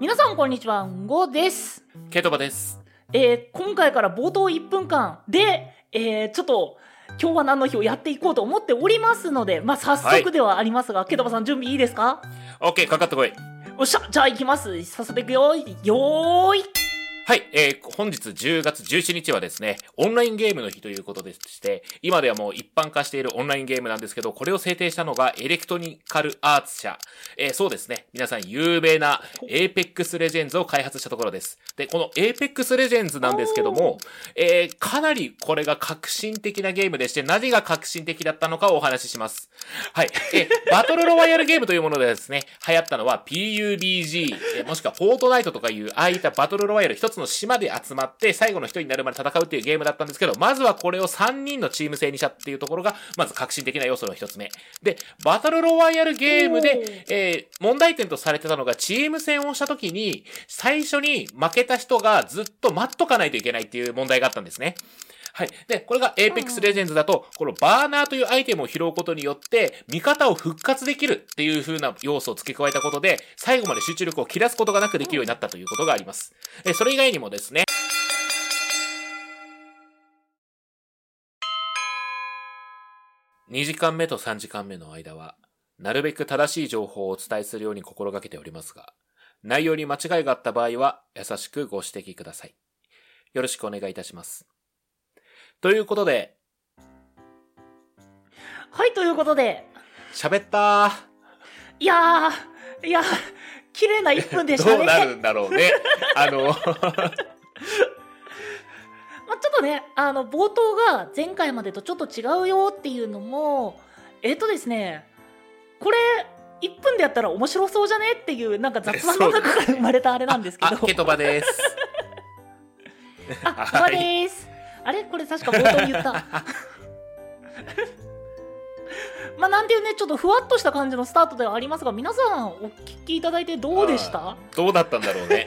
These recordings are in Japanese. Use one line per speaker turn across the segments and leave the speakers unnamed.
皆さんこんにちはゴです、
ケイトバです。
えー、今回から冒頭1分間で、えー、ちょっと今日は何の日をやっていこうと思っておりますので、まあ、早速ではありますが、ケトバさん準備いいですか
オッケー、かかってこい。
よっしゃじゃあ行きます早速いくよよーい
はい、えー、本日10月17日はですね、オンラインゲームの日ということでして、今ではもう一般化しているオンラインゲームなんですけど、これを制定したのがエレクトニカルアーツ社。えー、そうですね、皆さん有名な Apex Legends を開発したところです。で、この Apex Legends なんですけども、えー、かなりこれが革新的なゲームでして、何が革新的だったのかをお話しします。はい。えー、バトルロワイヤルゲームというものでですね、流行ったのは PUBG、えーもしくはフォートナイトとかいう、ああいったバトルロワイヤル一つの島で集まって、最後の一人になるまで戦うっていうゲームだったんですけど、まずはこれを3人のチーム制にしたっていうところが、まず革新的な要素の一つ目。で、バトルロワイヤルゲーム
お
で
ー、
えー問題点とされてたのが、チーム戦をした時に、最初に負けた人がずっと待っとかないといけないっていう問題があったんですね。はい。で、これが Apex Legends だと、このバーナーというアイテムを拾うことによって、味方を復活できるっていう風な要素を付け加えたことで、最後まで集中力を切らすことがなくできるようになったということがあります。え、それ以外にもですね、2時間目と3時間目の間は、なるべく正しい情報をお伝えするように心がけておりますが、内容に間違いがあった場合は、優しくご指摘ください。よろしくお願いいたします。ということで、
はいということで
喋った
いやーいやー綺麗な1分で
ー。
したね
どうなるんだろう ね。あの、
まあ、ちょっとねあの冒頭が前回までとちょっと違うよっていうのもえっ、とですねこれ1分でやったら面白そうじゃねっていうなんか雑談の中から生まれたあれなんですけど
あ、ケトバです。
あ、
はい
馬場です。あれこれ確か冒頭に言った。まあなんていうね、ちょっとふわっとした感じのスタートではありますが、皆さんお聞きいただいてどうでした
あーどうだったんだろうね。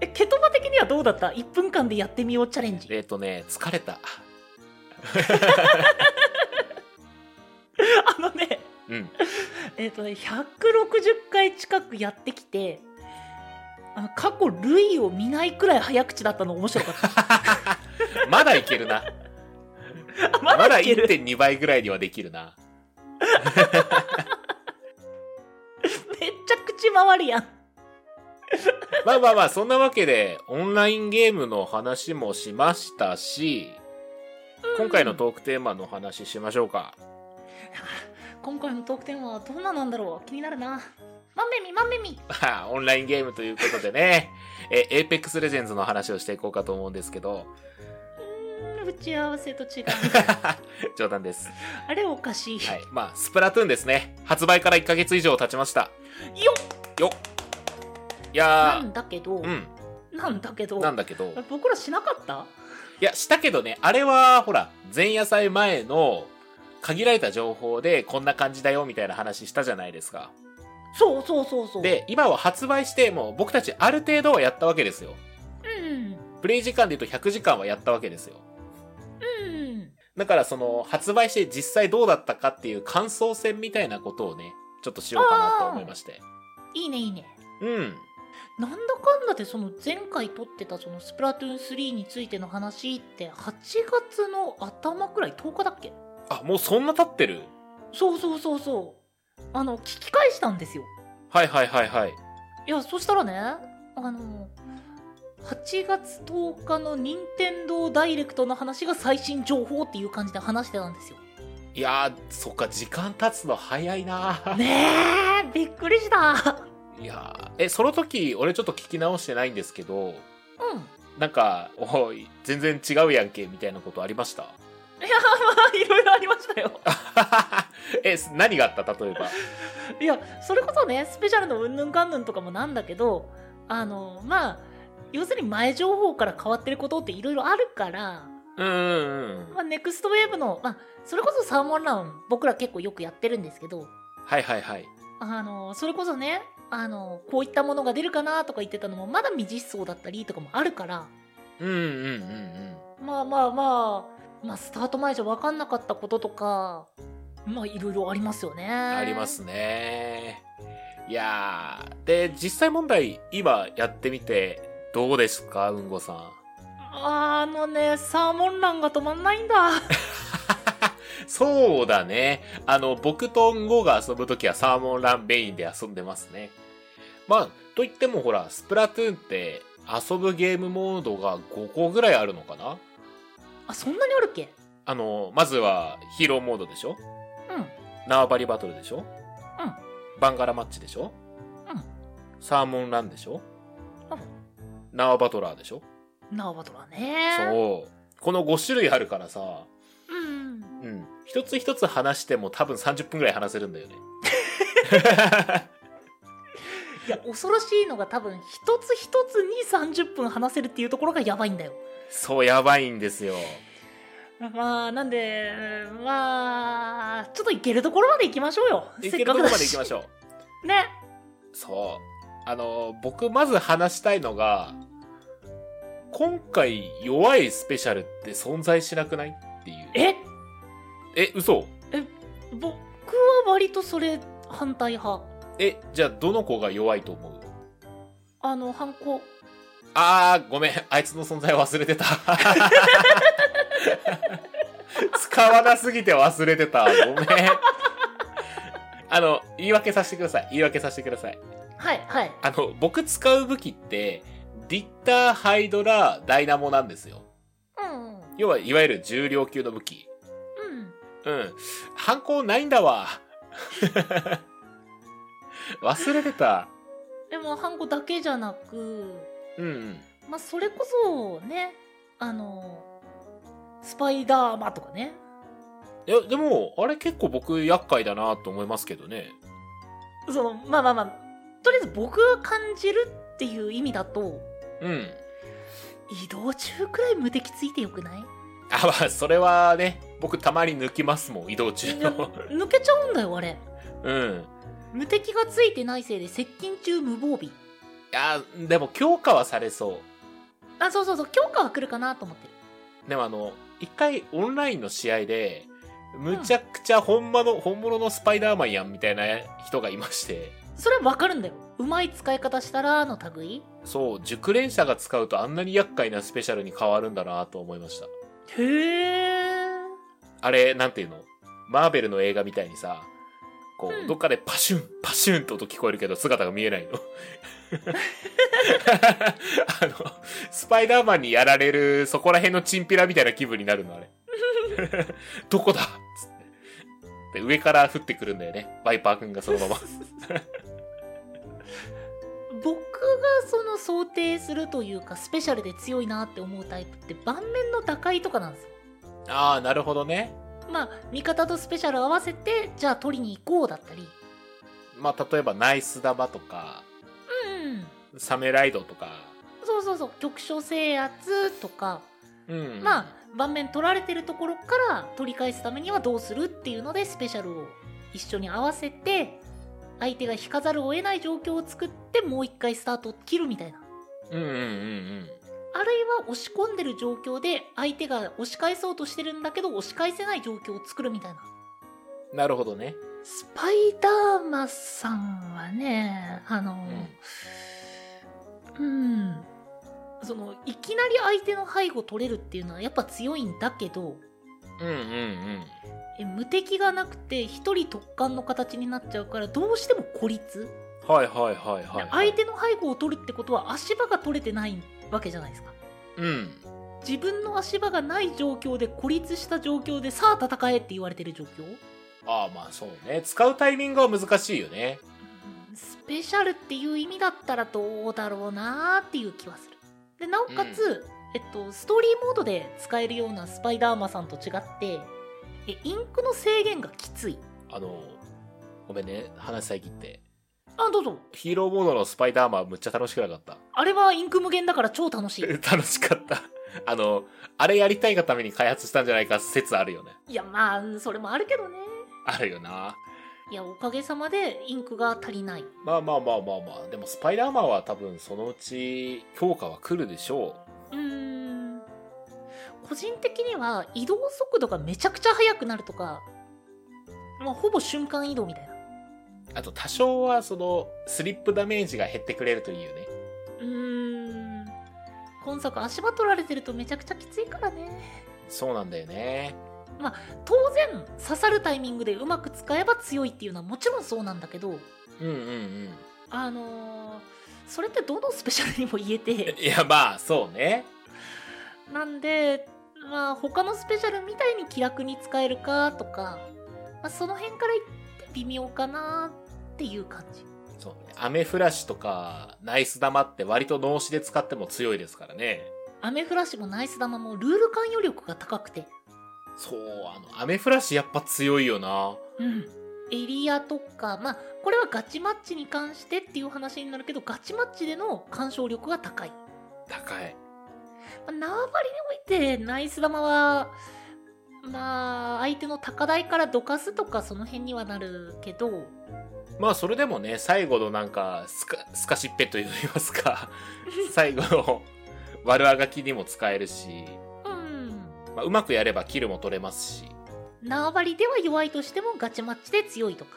え、ケトバ的にはどうだった ?1 分間でやってみようチャレンジ。
えっとね、疲れた。
あのね、
うん。
えっ、とね、160回近くやってきて、あの過去類を見ないくらい早口だったの面白かった。
まだいけるな。
あ まだいける。
1.2倍ぐらいにはできるな。
めっちゃ口回るやん。
まあまあまあ、そんなわけで、オンラインゲームの話もしましたし、今回のトークテーマの話しましょうか。
今回のトークテーマはどんななんだろう気になるなまんめみまんめみ
まあ、オンラインゲームということでね、え、Apex Legends の話をしていこうかと思うんですけど、
うーん打ち合わせと違 う
冗談です。
あれおかしい、
はい。まあ、スプラトゥーンですね。発売から1ヶ月以上経ちました。
よっ
よっいや
なんだけど、
ー、うん。
なんだけど
なんだけど。
僕らしなかった
いや、したけどね、あれは、ほら、前夜祭前の、限られた情報で、こんな感じだよ、みたいな話したじゃないですか。
そうそうそうそう
で、今は発売して、もう僕たちある程度はやったわけですよ。
うん
プレイ時間で言うと100時間はやったわけですよ。
うん
だから、その、発売して実際どうだったかっていう感想戦みたいなことをね、ちょっとしようかなと思いまして。
いいねいいね
うん。
なんだかんだでその前回撮ってたそのスプラトゥーン3についての話って8月の頭くらい10日だっけ
あ、もうそんな経ってる
そうそうそうそうあの聞き返したんですよ
はいはいはいはい。
いや、そしたらね、あの、8月10日の任天堂ダイレクトの話が最新情報っていう感じで話してたんですよ。
いやー、そっか、時間経つの早いな ー。
ねえ、びっくりした。
いやーえ、その時、俺ちょっと聞き直してないんですけど、
うん。
なんか、おい、全然違うやんけ、みたいなことありました
い や、まあ、いろいろありましたよ。
え、す何があった例えば。
いや、それこそね、スペシャルのうんぬんかんぬんとかもなんだけど、あの、まあ、要するに前情報から変わってることっていろいろあるから、
うんうんうん
ま。あ、ネクストウェーブの、まあ、それこそサーモンラウン、僕ら結構よくやってるんですけど、
はいはいはい。
あのそれこそねあのこういったものが出るかなとか言ってたのもまだ未実装だったりとかもあるから
うんうんうんうん。
まあまあまあまあスタート前じゃ分かんなかったこととかまあいろいろありますよね
ありますね。いやー。で、実際問題、今やってみて、どうですか、うんごさん。
あのね、サーモンランが止まんないんだ。
そうだね。あの、僕とんごが遊ぶときはサーモンランメインで遊んでますね。まあ、と言ってもほら、スプラトゥーンって遊ぶゲームモードが5個ぐらいあるのかな
あ、そんなにあるっけ
あの、まずはヒーローモードでしょ
うん。
縄張りバトルでしょバンガラマッチでしょ
うん
サーモンランでしょ
うん
縄バトラーでしょ
ナオバトラね。
そう。この5種類あるからさ、
う。うん。
うん。一つ一つ話しても多分30分ぐらい話せるんだよね。
いや、恐ろしいのが多分、一つ一つに30分話せるっていうところがやばいんだよ。
そう、やばいんですよ。
まあ、なんで、まあ、ちょっと行けるところまで行きましょうよ。
いけるとこまで行きま
し
しょう。
ょう。ね。
そう。あの、僕まず話したいのが、今回弱いスペシャルって存在しなくないっていう。
え
え、嘘
僕は割とそれ反対派。
え、じゃあどの子が弱いと思う
あの、ハンコ。
あー、ごめん。あいつの存在忘れて た。使わなすぎて忘れてた。ごめん。あの、言い訳させてください。言い訳させてください。
はい、はい。
あの、僕使う武器って、ディッター、ハイドラ、ダイナモなんですよ。
うん。うん。
要は、いわゆる重量級の武器。うん。犯行ないんだわ。 忘れてた。
でも、ハンコだけじゃなく、
うんうん。
まあ、それこそ、ね、あの、スパイダーマンとかね。
いや、でも、あれ結構僕厄介だなと思いますけどね。
その、まあまあまあ、とりあえず僕が感じるっていう意味だと、
うん。
移動中くらい無敵ついてよくない
あ、まあ、それはね、僕たまに抜きますもん、移動中の。
抜けちゃうんだよ、あれ。
うん。
無敵がついてないせいで接近中無防備。
いや、でも強化はされそ
あ、そうそうそう、強化は来るかなと思ってる。
う。でもあの、一回オンラインの試合で、むちゃくちゃ本間の、本物のスパイダーマンやんみたいな人がいまして、
それはわかるんだよ。うまい使い方したらの類
そう、熟練者が使うとあんなに厄介なスペシャルに変わるんだなと思いました。
へー。
あれ、なんていうのマーベルの映画みたいにさ、こう、
うん
どっかでパシュン、パシュンと音聞こえるけど姿が見えないの。あの、スパイダーマンにやられるそこら辺のチンピラみたいな気分になるの、あれ。どこだっつって。で、上から降ってくるんだよね。バイパー君がそのまま。
僕がその想定するというか、スペシャルで強いなって思うタイプって、盤面の打開とかなんですよ。
ああ、なるほどね。
まあ、味方とスペシャル合わせて、じゃあ取りに行こうだったり。
まあ、例えばナイス玉とか、
うん。
サメライドとか。
そうそうそう、局所制圧とか、
うん。
まあ、盤面取られてるところから取り返すためにはどうするっていうので、スペシャルを一緒に合わせて、相手が引かざるを得ない状況を作って、もう一回スタートを切るみたいな。
うんうんうんうん。
あるいは押し込んでる状況で、相手が押し返そうとしてるんだけど、押し返せない状況を作るみたいな。
なるほどね。
スパイダーマンさんはね、あの、うん、その、いきなり相手の背後取れるっていうのはやっぱ強いんだけど、
うんうんうん。
え無敵がなくて一人突貫の形になっちゃうからどうしても孤立、
はいはいはいはい。
相手の背後を取るってことは足場が取れてないわけじゃないですか
うん。
自分の足場がない状況で孤立した状況でさあ戦えって言われてる状況
ああまあそうね。使うタイミングは難しいよね。
うんスペシャルっていう意味だったらどうだろうなーっていう気はする。でなおかつ、えっと、ストーリーモードで使えるようなスパイダーマンさんと違ってえインクの制限がきつい。
あの、ごめんね。話遮って。
あどうぞ
ヒーローモードのスパイダーマンむっちゃ楽しくなかった。
あれはインク無限だから超楽しい。
楽しかった。 あの、あれやりたいがために開発したんじゃないか説あるよね。
いやまあそれもあるけどね。
あるよな。
いやおかげさまでインクが足りない。
まあまあまあまあまあ。でもスパイダーマンは多分そのうち強化は来るでしょ
うーん個人的には移動速度がめちゃくちゃ速くなるとか、まあ、ほぼ瞬間移動みたいな。
う。あと多少はそのスリップダメージが減ってくれるといいよね。
うーん今作足場取られてるとめちゃくちゃきついからね
そうなんだよね。
当然刺さるタイミングでうまく使えば強いっていうのはもちろんそうなんだけど
うんうんうん。
あのーそれってどのスペシャルにも言え て
いやまあそうね。
なんでまあ他のスペシャルみたいに気楽に使えるかとか、まあ、その辺から言って微妙かなっていう感じ
そうね。アメフラシとかナイス玉って割と脳死で使っても強いですからね。
アメフラシもナイス玉もルール関与力が高くて
そう、あの、アメフラシやっぱ強いよな。
うんエリアとかまあこれはガチマッチに関してっていう話になるけどガチマッチでの干渉力が高い
高い。
まあ縄張りにおいてナイス玉はまあ相手の高台からどかすとかその辺にはなるけど
まあ、それでもね、最後のなんか、スカ、スカシッペと言います か、最後の悪あがきにも使えるし、
うん
まあ、うまくやればキルも取れますし、
縄張りでは弱いとしてもガチマッチで強いとか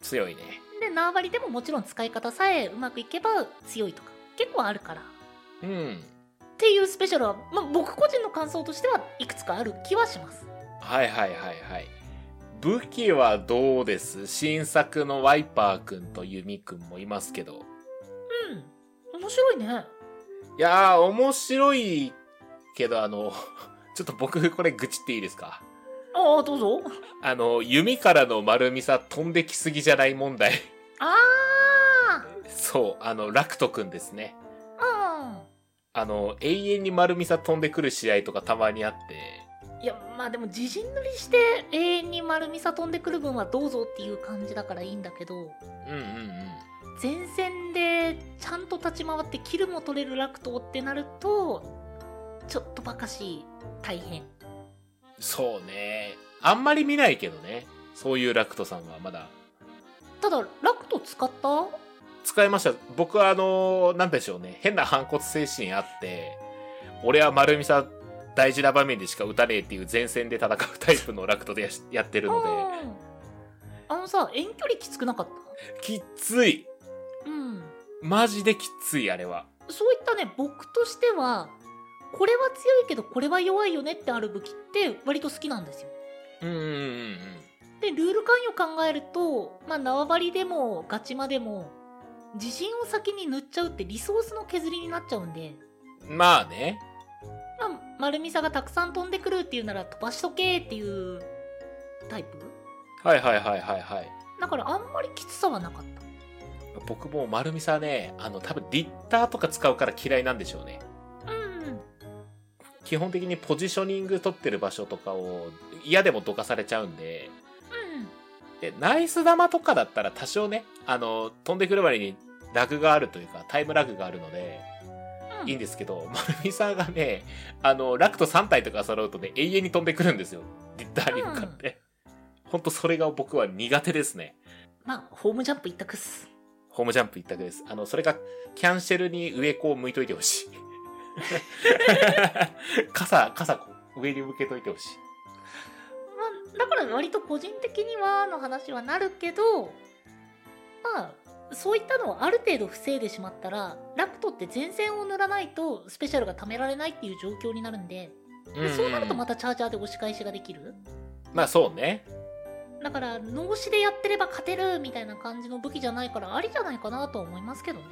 強いね。
で縄張りでももちろん使い方さえうまくいけば強いとか結構あるからっ
うん。
ていうスペシャルは、まあ、僕個人の感想としてはいくつかある気はします
はいはいはいはい。武器はどうです新作のワイパーくんとユミくんもいますけど。
うん面白いね
いやー、面白いけど、あの、 ちょっと僕これ愚痴っていいですか
ああどうぞ
あの、弓からの丸みさ飛んできすぎじゃない問題。
あ
そう、あの、ラクトくんですね。
あ
あの、永遠に丸みさ飛んでくる試合とかたまにあって、
うんいやまあでも自陣乗りして永遠に丸みさ飛んでくる分はどうぞっていう感じだからいいんだけど
うんうんうん。
前線でちゃんと立ち回ってキルも取れるラクトってなるとちょっとばかし大変
そうね。あんまり見ないけどね。そういうラクトさんはまだ。
ただラクト使ったあ
使いました。僕はあの、なんでしょうね。変な反骨精神あって、俺は丸みさ大事な場面でしか打たねえっていう前線で戦うタイプのラクトでやしやってるので、
あのさ遠距離きつくなかっ
きっつい。
たうん
マジできっつい、あれは。
そういったね僕としてはこれは強いけどこれは弱いよねってある武器って割と好きなんですよ
うんうんうんうん。
でルール関与考えると、まあ、縄張りでもガチマでも自信を先に塗っちゃうってリソースの削りになっちゃうんで、
まあね。
まあ、丸みさがたくさん飛んでくるっていうなら飛ばしとけっていうタイプ
はいはいはいはいはい。
だからあんまりきつさはなかった
僕も丸みさね、あの、多分リッターとか使うから嫌いなんでしょうね。
うん
基本的にポジショニング取ってる場所とかを嫌でもどかされちゃうんで、で、ナイス玉とかだったら多少ね、あの、飛んでくる割にラグがあるというか、タイムラグがあるので、
うんうん
いいんですけど、丸みさがね、あの、ラクト3体とか揃うとね、永遠に飛んでくるんですよ。リッターに向かって。ほんとそれが僕は苦手ですね。
まあホームジャンプ一択っす
ホームジャンプ一択です。あの、それが、キャンシェルに上こう向いといてほ しい。傘、傘こう上に向けといてほしい。
まあ、だから割と個人的にはの話はなるけどまあそういったのをある程度防いでしまったらラクトって前線を塗らないとスペシャルが貯められないっていう状況になるんででそうなるとま
ま
たチャージャーで押し返しができる
まあそうね。
だから脳死でやってれば勝てるみたいな感じの武器じゃないからありじゃないかなとは思いますけどね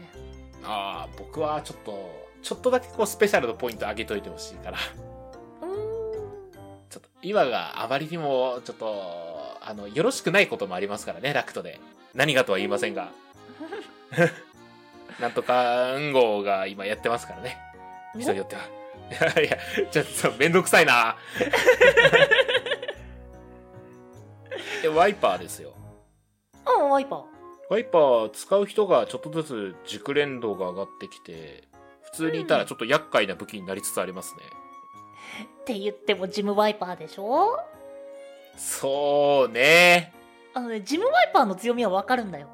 ああ、僕はちょっと、ちょっとだけこうスペシャルのポイント上げといてほしいから。
うーん
ちょっと、今があまりにも、ちょっと、あの、よろしくないこともありますからね、ラクトで。何がとは言いませんが。 なんとか、運号が今やってますからね。人によっては。 いやいや、ちょっとめんどくさいな。で、ワイパーですよ。
ああワイパー
ワイパー使う人がちょっとずつ熟練度が上がってきて、普通にいたらちょっと厄介な武器になりつつありますね。
って言ってもジムワイパーでしょ
そうね。
あのねジムワイパーの強みはわかるんだよ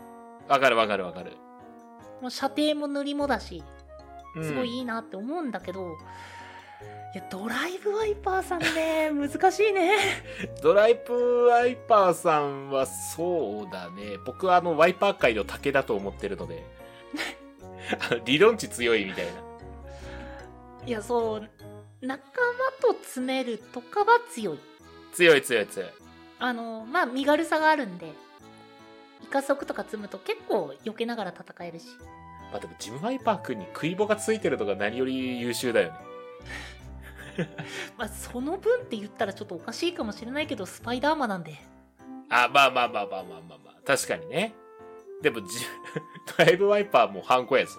わかるわかるわかる。
もう射程も塗りもだし
うん
すごいいいなって思うんだけど、いやドライブワイパーさん ね難しいね
ドライブワイパーさんはそうだね。僕はあの、ワイパー界の竹だと思ってるの で。あの理論値強いみたいな。
いやそう仲間と詰めるとかは強い
強い強い強い。
あのまあ身軽さがあるんでイカ足とか積むと結構避けながら戦えるし
まあでも、ジムワイパー君に食い棒がついてるのが何より優秀だよね。
まあその分って言ったらちょっとおかしいかもしれないけどスパイダーマンなんで
あ、まあまあまあまあまあまあまあ。確かにね。でも、じ、 ドライブワイパーもハンコやぞ。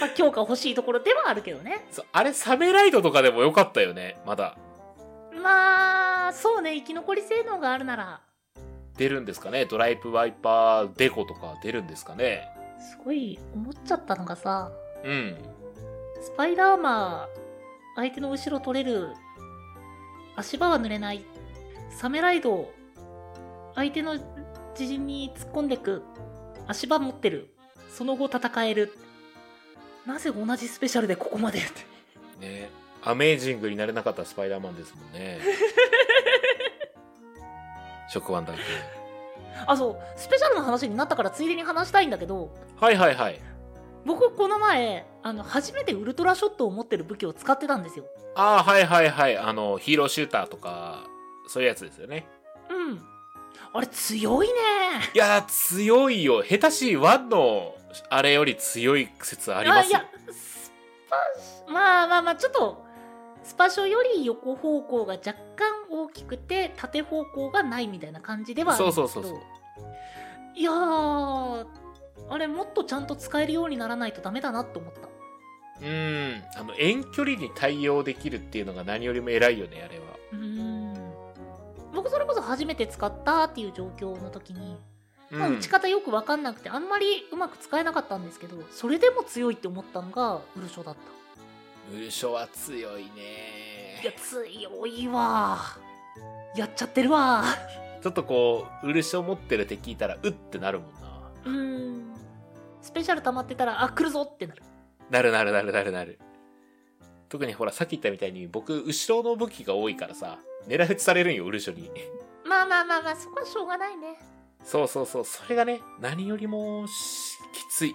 まあ強化欲しいところではあるけどね
そうあれ、サメライドとかでもよかったよね。まだ。
まあそうね生き残り性能があるなら
出るんですかねドライブワイパーデコとか出るんですかね
すごい思っちゃったのがさ
うん。
スパイダーマー相手の後ろ取れる足場は濡れないサメライド相手の自陣に突っ込んでく足場持ってるその後戦えるなぜ同じスペシャルでここまでって
ねアメージングになれなかったスパイダーマンですもんね。 食腕だけ。
あそうスペシャルの話になったからついでに話したいんだけど
はいはいはい。
僕この前あの初めてウルトラショットを持ってる武器を使ってたんですよ
ああ、はいはいはい。あの、ヒーローシューターとか、そういうやつですよね。
うんあれ強いね
いやー、強いよ。下手しいワンの、あれより強い説あります
いやスパまあまあまあちょっとスパショより横方向が若干大きくて縦方向がないみたいな感じではあるんですけど
そうそうそう
いやーあれもっとちゃんと使えるようにならないとダメだなと思った
うーん。あの、遠距離に対応できるっていうのが何よりも偉いよね、あれは。
うーん僕それこそ初めて使ったっていう状況の時に、まあ打ち方よく分かんなくてあんまりうまく使えなかったんですけどそれでも強いって思ったのがウルショだった
ウルショは強い
いや
ね。
強いわやっちゃってるわ
ちょっとこう、ウルショ持ってるって聞いたら、うってなるもんな。
うーんスペシャル溜まってたらあ来るぞってなる
なるなるなるなるなる。特にほら、さっき言ったみたいに、僕、後ろの武器が多いからさ、狙い撃ちされるんよ、ウルショ に。
まあまあまあまあそこはしょうがないね
そうそうそう、それがね、何よりもし、きつい。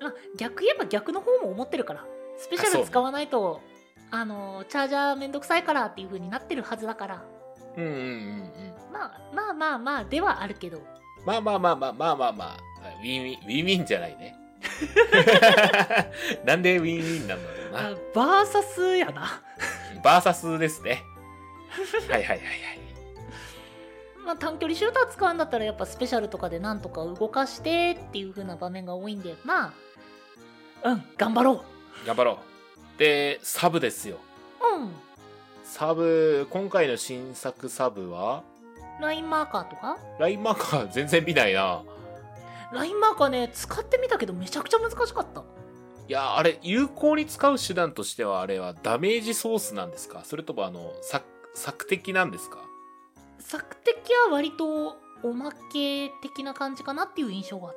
まあ逆言えば逆の方も思ってるからスペシ
あ
ャ
そう
ル
ね
使わないとあのチャージャーめんどくさいからっていう風になってるはずだから
うんうんうんうん。
まあまあまあまあではあるけど
まあまあまあまあまあまあまあ、ウィンウィン、ウィンウィンじゃないね。なんでウィンウィンなんだろうな。
あバーサスやな
バーサスですね。はいはいはい
まあ短距離シューター使うんだったらやっぱスペシャルとかでなんとか動かしてっていう風な場面が多いんでまあうん頑張ろう
はい。頑張ろう。で、サブですよ。
うん
サブ、今回の新作サブは、
ラインマーカーとか
ラインマーカー全然見ないな。
ラインマーカーね使ってみたけどめちゃくちゃ難しかった
いや、あれ、有効に使う手段としては、あれはダメージソースなんですかそれともあの、策、策的なんですか
作的は割とおまけ的な感じかなっていう印象があっ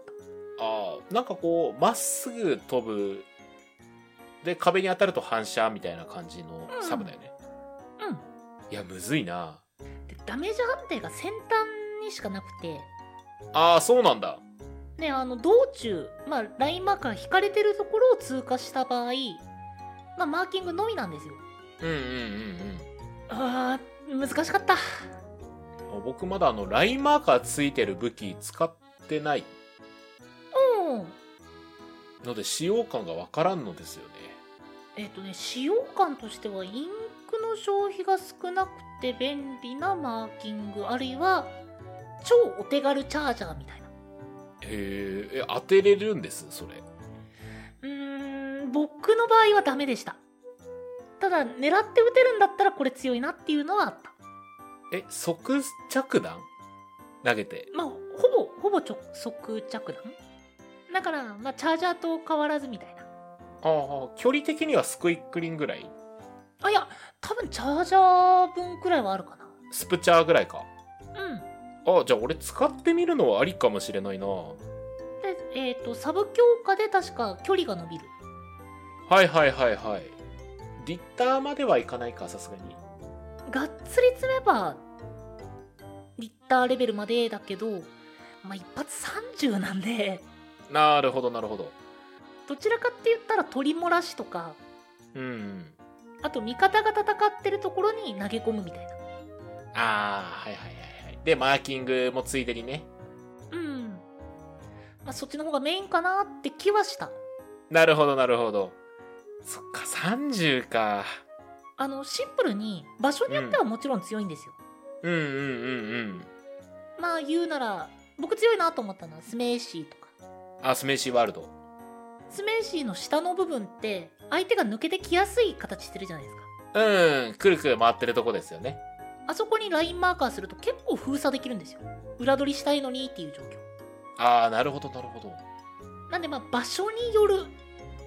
ああ、なんかこう、まっすぐ飛ぶ。で、壁に当たると反射みたいな感じのサブだよね。
たうん
いや、むずいな。
でダメージ判定が先端にしかなくて
ああ、そうなんだ。
ねあの道中、まあ、ラインマーカー引かれてるところを通過した場合、まあ、マーキングのみなんですよ
うんうん
あー難しかった
うんうん。僕まだあの、ラインマーカーついてる武器使ってない
うん
ので、使用感がわからんのですよね。
えっ、とね使用感としてはインクの消費が少なくて便利なマーキングあるいは超お手軽チャージャーみたいな
へえ、え当てれるんですそれ。
うーん僕の場合はダメでしたただ狙って打てるんだったらこれ強いなっていうのはあった
え、即着弾投げて。
まあほぼほぼ直即着弾だからまあチャージャーと変わらずみたいな
ああ、距離的にはスクイックリンぐらい
あいや多分チャージャー分くらいはあるか
スプチャーぐらいか。
なうん
あ、じゃあ俺使ってみるのはありかもしれないな。
でえっ、と、サブ強化で確か距離が伸びる。
はいはいはいはい。リッターまではいかないか、さすがに。
がっつり詰めば、リッターレベルまでだけど、まあ、一発30なんで、
なるほどなるほど。
どちらかって言ったら取り漏らしとか、
うん。
あと味方が戦ってるところに投げ込むみたいな。
ああ、はいはいはいはい。で、マーキングもついでにね。
うん。まあ、そっちの方がメインかなって気はした。
なるほどなるほど。そっか、30か。
あの、シンプルに、場所によってはもちろん強いんですよ。
うんうんうんうん。
まあ、言うなら、僕強いなと思ったのはスメーシーとか。
あ、スメーシーワールド。
スメーシーの下の部分って、相手が抜けてきやすい形してるじゃないですか。
うん、くるくる回ってるとこですよね。
あそこにラインマーカーすると結構封鎖できるんですよ。裏取りしたいのにっていう状況。
ああ、なるほどなるほど。
なんでまあ場所による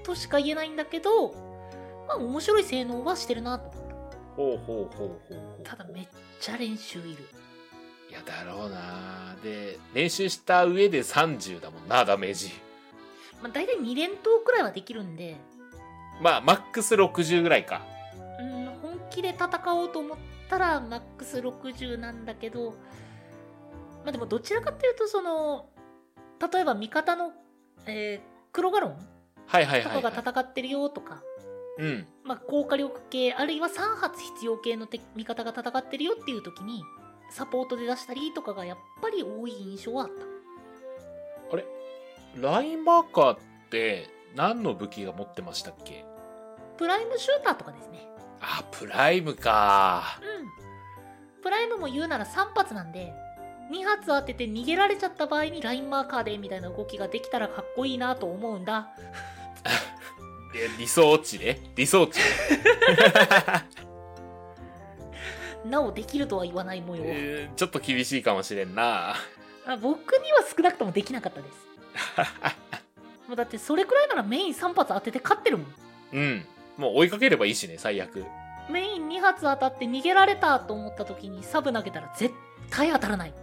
としか言えないんだけど、まあ面白い性能はしてるなと思っ
ほうほうほうほうほう。
た。ただめっちゃ練習いる。
いや、だろうなで、練習した上で30だもんな、ダメージ。
まあ大体2連投くらいはできるんで、
まあ、マックス60ぐらいか。
うん、本気で戦おうと思ったらマックス60なんだけど、まあでもどちらかっていうとその、例えば味方の、えー黒ガロン
はいはい
と
は
か
い、は
が
い。
戦ってるよとか、
うん。
まあ、高火力系あるいは3発必要系の敵味方が戦ってるよっていう時にサポートで出したりとかがやっぱり多い印象はあった
ラインマーカーって、何の武器が持ってましたっけ
プライムシューターとかですね
あ、プライムか。
うんプライムも言うなら3発なんで2発当てて逃げられちゃった場合にラインマーカーでみたいな動きができたらかっこいいなと思うんだ
え理想値ね。理想値。
なおできるとは言わない模様、
えーちょっと厳しいかもしれんな。
あ僕には少なくともできなかったですもうだってそれくらいならメイン3発当てて勝ってるもん
うん。もう追いかければいいしね、最悪。
メイン2発当たって逃げられたと思った時にサブ投げたら絶対当たらない。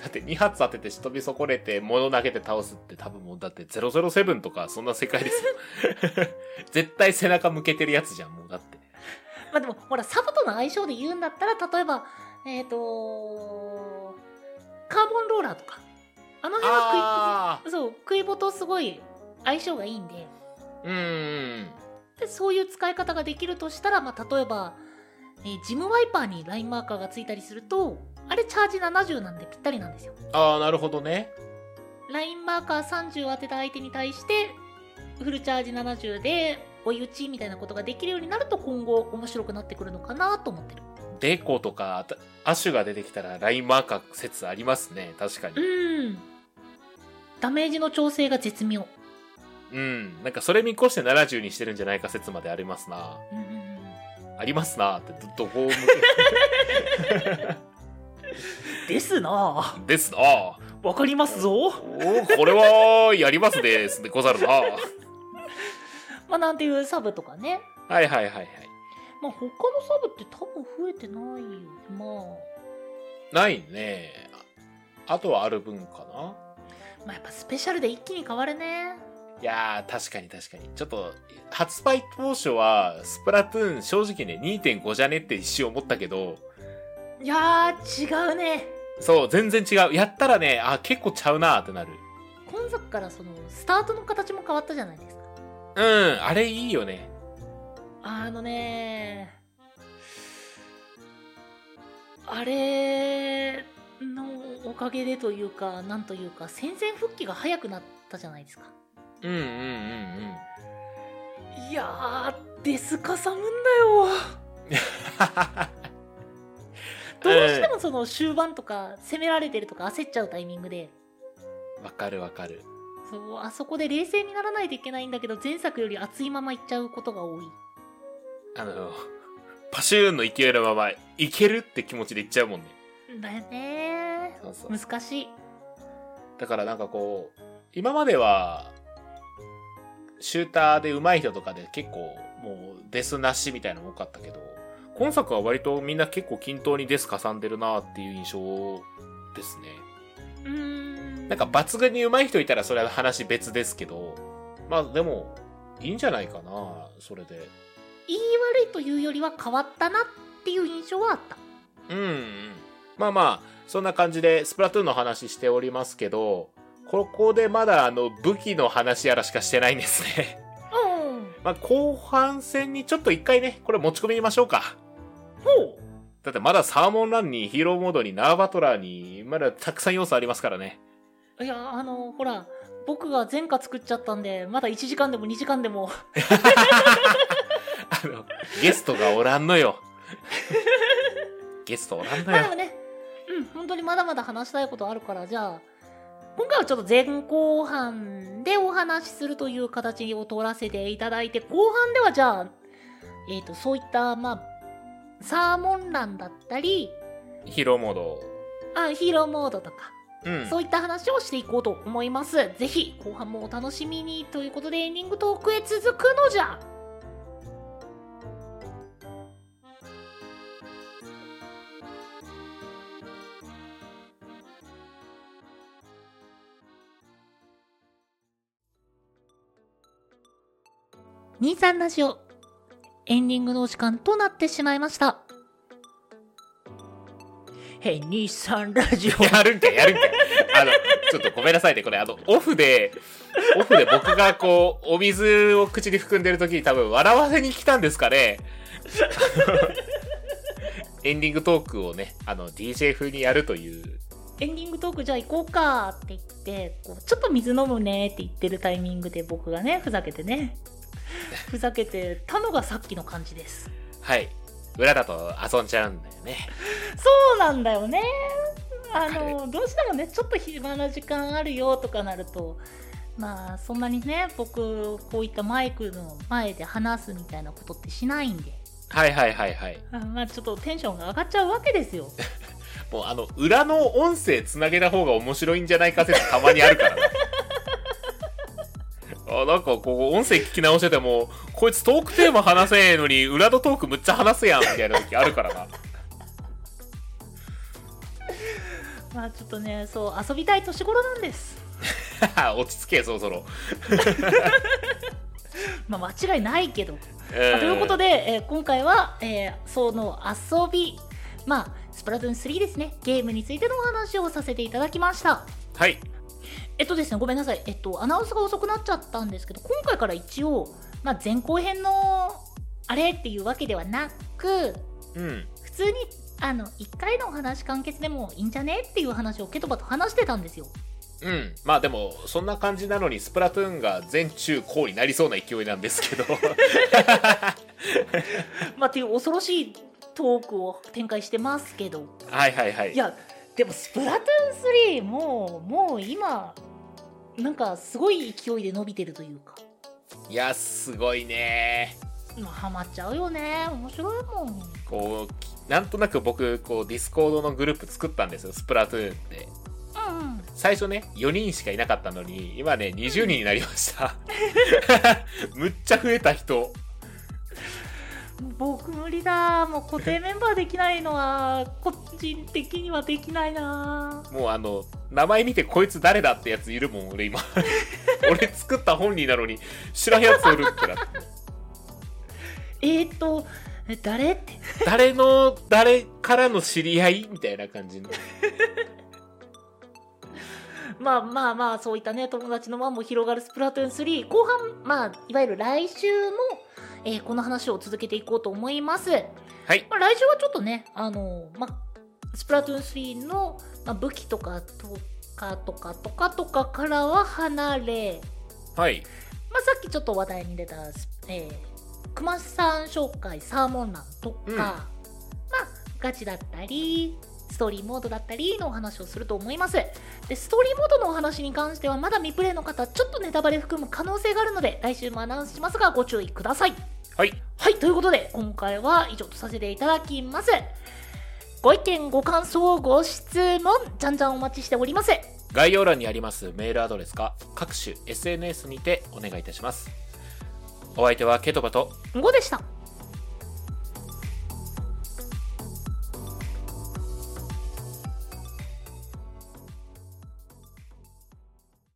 だって2発当てて仕飛び損ねて物投げて倒すって多分もうだって007とかそんな世界です よ。絶対背中向けてるやつじゃん、もうだって。
まあでも、ほら、サブとの相性で言うんだったら、例えば、えっ、とカーボンローラーとか。あの辺は
あ
クイ、そう、クイボとすごい相性がいいんで、
ーうーん。
でそういう使い方ができるとしたら、まあ例えば、えージムワイパーにラインマーカーがついたりすると、あれチャージ70なんでぴったりなんですよ。
ああ、なるほどね。
ラインマーカー30当てた相手に対してフルチャージ70で追い打ちみたいなことができるようになると今後面白くなってくるのかなと思ってる
デコとかたアシュが出てきたらラインマーカー説ありますね。確かに。
うんダメージの調整が絶妙、
うん。なんかそれ見越して70にしてるんじゃないか説までありますな。
うんうんうん
ありますなってど、どこを向
ですな
けです なあ
ぁわかりますぞ
おーこれは、やりますです。でござるなあ
まあなんていうサブとかね
はいはいはいはい。
まあ他のサブって多分増えてないよま
ないね。ああとはある分かな。
あまあやっぱスペシャルで一気に変わるね
いやー、確かに確かに。ちょっと、発売当初は、スプラトゥーン正直ね、2.5じゃねって一瞬思ったけど、
いやー違うね
そう、全然違う。やったらね、あ、結構ちゃうなーってなる。
今作からそのスタートの形も変わったじゃないですか
うん、あれいいよね。
あのねあれのおかげでというか、なんというか、戦線復帰が早くなったじゃないですか。
うんうんうんうん。
いやー、デスかさむんだよ。 どうしてもその終盤とか、攻められてるとか焦っちゃうタイミングで、
わかるわかる。
そう、あそこで冷静にならないといけないんだけど、前作より熱いままいっちゃうことが多い。
あの、パシューンの勢いのまま、いけるって気持ちでいっちゃうもんね。
だよね
そうそう。
ー。難しい。
だからなんかこう、今までは、シューターで上手い人とかで結構もうデスなしみたいなの多かったけど、今作は割とみんな結構均等にデスかさんでるなっていう印象ですね。
うーん
なんか抜群に上手い人いたらそれは話別ですけど、まあでも、いいんじゃないかな、それで。
言い悪いというよりは変わったなっていう印象はあった
うんうん。まあまあ、そんな感じで、スプラトゥーンの話しておりますけど、ここでまだあの、武器の話やらしかしてないんですね。
うん
まあ後半戦にちょっと一回ね、これ持ち込みましょうか。
ほう
だってまだサーモンランにヒーローモードにナーバトラーに、まだたくさん要素ありますからね。
いやあのほら僕が前科作っちゃったんでまだ1時間でも2時間でも
あの、ゲストがおらんのよ。 ゲストおらんの
まあでも
よ。
ねうん本当にまだまだ話したいことあるからじゃあ今回はちょっと前後半でお話しするという形を取らせていただいて後半ではじゃあえっ、とそういったまあサーモンランだったり
ヒーローモード。
あヒーローモードとか
うん。
そういった話をしていこうと思います。ぜひ後半もお楽しみにということでエンディングトークへ続くのじゃ23ラジオエンディングのお時間となってしまいました。へい、23ラジオ。
やるんかいやるんかいあの、ちょっとごめんなさいね。これ、あの、オフで、オフで僕がこう、お水を口に含んでる時に多分笑わせに来たんですかね。エンディングトークをね、あの、DJ 風にやるという。
エンディングトークじゃあ行こうかって言ってこうちょっと水飲むねって言ってるタイミングで僕がねふざけてねふざけてたのがさっきの感じです
はい。裏だと遊んじゃうんだよね。
そうなんだよねあ
は
のどうしてもねちょっと暇な時間あるよとかなるとまあそんなにね僕こういったマイクの前で話すみたいなことってしないんで
はいはいはいはい。
あまあちょっとテンションが上がっちゃうわけですよ
もうあの、裏の音声つなげた方が面白いんじゃないか説たまにあ るからな。あなんかこう音声聞き直しててもこいつトークテーマ話せんのに裏のトークむっちゃ話すやんみたいな時あるからな
まあちょっとねそう遊びたい年頃なんです
はは 落ち着けそろそろ、
まあ間違いないけど
うん
まあということで、えー今回は、えーその遊び、まあ、スプラトゥーン3ですね、ゲームについてのお話をさせていただきました。
はい
えっとですね、ごめんなさい、えっと、アナウンスが遅くなっちゃったんですけど、今回から一応、まあ、前後編のあれっていうわけではなく、
うん
普通に、あの、1回のお話完結でもいいんじゃねっていう話をケトバと話してたんですよ。
うんまあでもそんな感じなのにスプラトゥーンが全中高になりそうな勢いなんで すけど
まあ、っていう恐ろしいトークを展開してますけど。
はいはいはい
いやでも「スプラトゥーン3もうもう今なんかすごい勢いで伸びてるというか
いやすごいね
まあハマっちゃうよね面白いもん
こうきなんとなく僕こうディスコードのグループ作ったんですよスプラトゥーンって
うん
最初ね4人しかいなかったのに今ね20人になりました むっちゃ増えた人
うん僕無理だもう固定メンバーできないのは個人的にはできないな
もうあの名前見てこいつ誰だってやついるもん俺今俺作った本人なのに知らんやつおるってなって
えー、っとえ誰って
誰の誰からの知り合いみたいな感じの
まあまあまあそういったね友達の輪も広がるスプラトゥーン3後半まあいわゆる来週も、えーこの話を続けていこうと思います
はい
まあ、来週はちょっとね、あのまあ、スプラトゥーン3の、まあ、武器とかとかとかとかとかからは離れ、
はい
まあ、さっきちょっと話題に出た、すえー、熊さん紹介サーモンランとか、
うん
まあ、ガチだったりストーリーモードだったりのお話をすると思いますでストーリーモードのお話に関してはまだ未プレイの方ちょっとネタバレ含む可能性があるので来週もアナウンスしますがご注意ください
はい
はい、ということで、今回は以上とさせていただきます。ご意見、ご感想、ご質問、じゃんじゃんお待ちしております。
概要欄にありますメールアドレスか各種 SNS にてお願いいたしますお相手はケトバと
5でした。